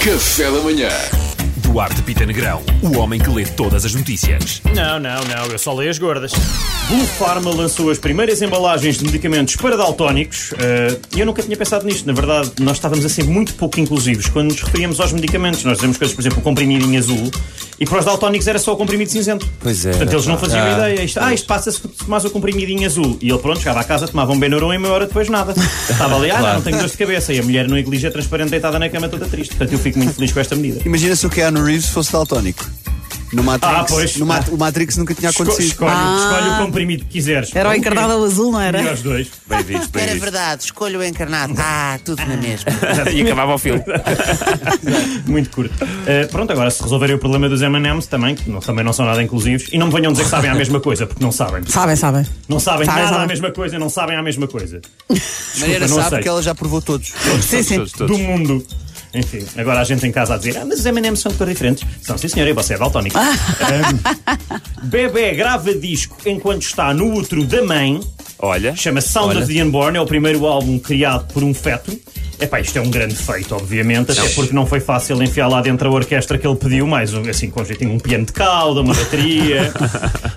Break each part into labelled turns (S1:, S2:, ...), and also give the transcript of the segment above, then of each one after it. S1: Café da Manhã.
S2: Duarte Pita Negrão, o homem que lê todas as notícias.
S3: Não, não, não, eu só leio as gordas. Blue Pharma lançou as primeiras embalagens de medicamentos para daltónicos eh, e eu nunca tinha pensado nisto. Na verdade, nós estávamos a ser muito pouco inclusivos quando nos referíamos aos medicamentos. Nós dizemos coisas, por exemplo, o comprimido em azul e para os daltónicos era só o comprimido cinzento.
S4: Pois é.
S3: Portanto, eles não faziam
S4: Ah,
S3: ideia. Isto, ah, isto passa-se se tomas o comprimido em azul. E ele, pronto, chegava à casa, tomava um Benuron e meia hora depois nada. Estava ali, ah, não, não tenho dor de cabeça. E a mulher no iglesia transparente deitada na cama toda triste. Portanto, eu fico muito feliz com esta medida.
S5: Imagina se o Keanu Reeves fosse daltónico. No Matrix,
S3: Ah, pois.
S5: no Mat- o Matrix nunca tinha
S3: Esco-
S5: acontecido.
S3: escolhe, escolhe o comprimido que quiseres.
S6: Era o
S3: Ok.
S6: encardável azul, não
S3: E
S6: era?
S3: aos dois.
S2: Bem visto, bem
S7: Era
S2: visto.
S7: verdade, escolho o encarnado. Ah, tudo na mesma.
S2: E acabava o filme.
S3: Muito curto. Uh, pronto, agora se resolverem o problema dos M&M's também, que não, também não são nada inclusivos, e não me venham dizer que sabem a mesma coisa, porque não sabem.
S6: Sabem, sabem.
S3: Não sabem
S6: Sabem,
S3: nada a
S6: sabem.
S3: mesma coisa, não sabem a mesma coisa.
S5: Mariana
S3: não
S5: sabe
S3: aceito.
S5: que ela já provou todos.
S6: Sim, sim.
S2: Todos, todos.
S3: Do mundo. Enfim, agora a gente em casa a dizer, ah, mas os M&M's são de cor diferentes. São, sim senhora, e você é daltónico.
S6: Ah.
S3: Um, bebé grava disco enquanto está no útero da mãe,
S2: Olha,
S3: chama-se Sound of the Unborn, é o primeiro álbum criado por um feto. Epá, isto é um grande feito, obviamente, até porque não foi fácil enfiar lá dentro a orquestra que ele pediu, mais um, assim, com jeitinho, um piano de cauda, uma bateria.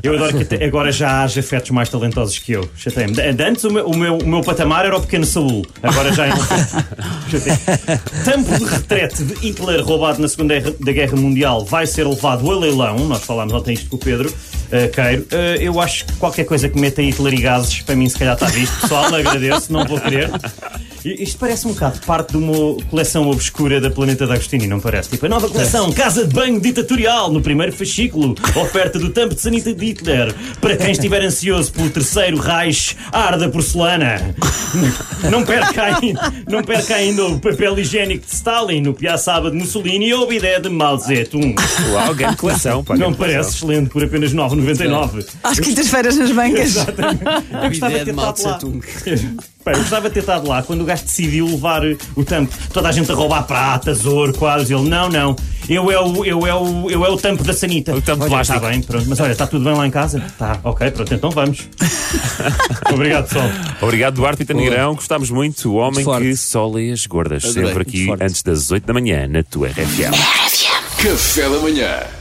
S3: eu adoro que até agora já haja fetos mais talentosos que eu. Chatei-me. De- de Antes o meu, o, meu, o meu patamar era o pequeno Saúl, agora já é um feto. Chatei. Tampo de retrete de Hitler roubado na Segunda Guerra- da Guerra Mundial vai ser levado a leilão, nós falámos ontem isto com o Pedro. Uh, Queiro, Uh, eu acho que qualquer coisa que meta Hitler e gases, para mim, se calhar está visto. Pessoal, agradeço, não vou querer. I- Isto parece um bocado parte de uma coleção obscura da Planeta de Agostini, não parece? Tipo, a nova coleção, Casa de Banho Ditatorial, no primeiro fascículo, oferta do tampo de Sanita de Hitler, para quem estiver ansioso pelo terceiro Reich, ar da porcelana. Não perca ainda, não perca ainda o papel higiênico de Stalin, no Piaçaba de Mussolini e o bidé de Mao Zedong.
S2: uau, grande coleção. pá,
S3: Não
S2: grande
S3: parece
S2: coleção.
S3: excelente por apenas 9,99.
S6: Às quintas-feiras nas bancas.
S3: Eu gostava de
S5: Ideia
S3: ter
S5: de Mao
S3: estado lá.
S5: Tse-tung.
S3: Pá, eu gostava de ter estado lá quando o gajo decidiu levar eh, o tampo. Toda a gente a roubar pratas, ouro, quadros. Ele, não, não. Eu é o, eu é o, eu é o tampo da sanita.
S2: O tampo
S3: olha,
S2: plástico.
S3: Está bem, pronto. Mas olha, está tudo bem lá em casa? Está, ok, pronto, então vamos. Obrigado, pessoal.
S2: Obrigado, Duarte Pita Negrão. Gostámos muito. O homem
S4: Muito
S2: que
S4: forte.
S2: só lê as gordas.
S4: Adorei,
S2: Sempre aqui
S4: muito forte.
S2: antes das 8 da manhã, na tua RFM.
S1: Café da Manhã.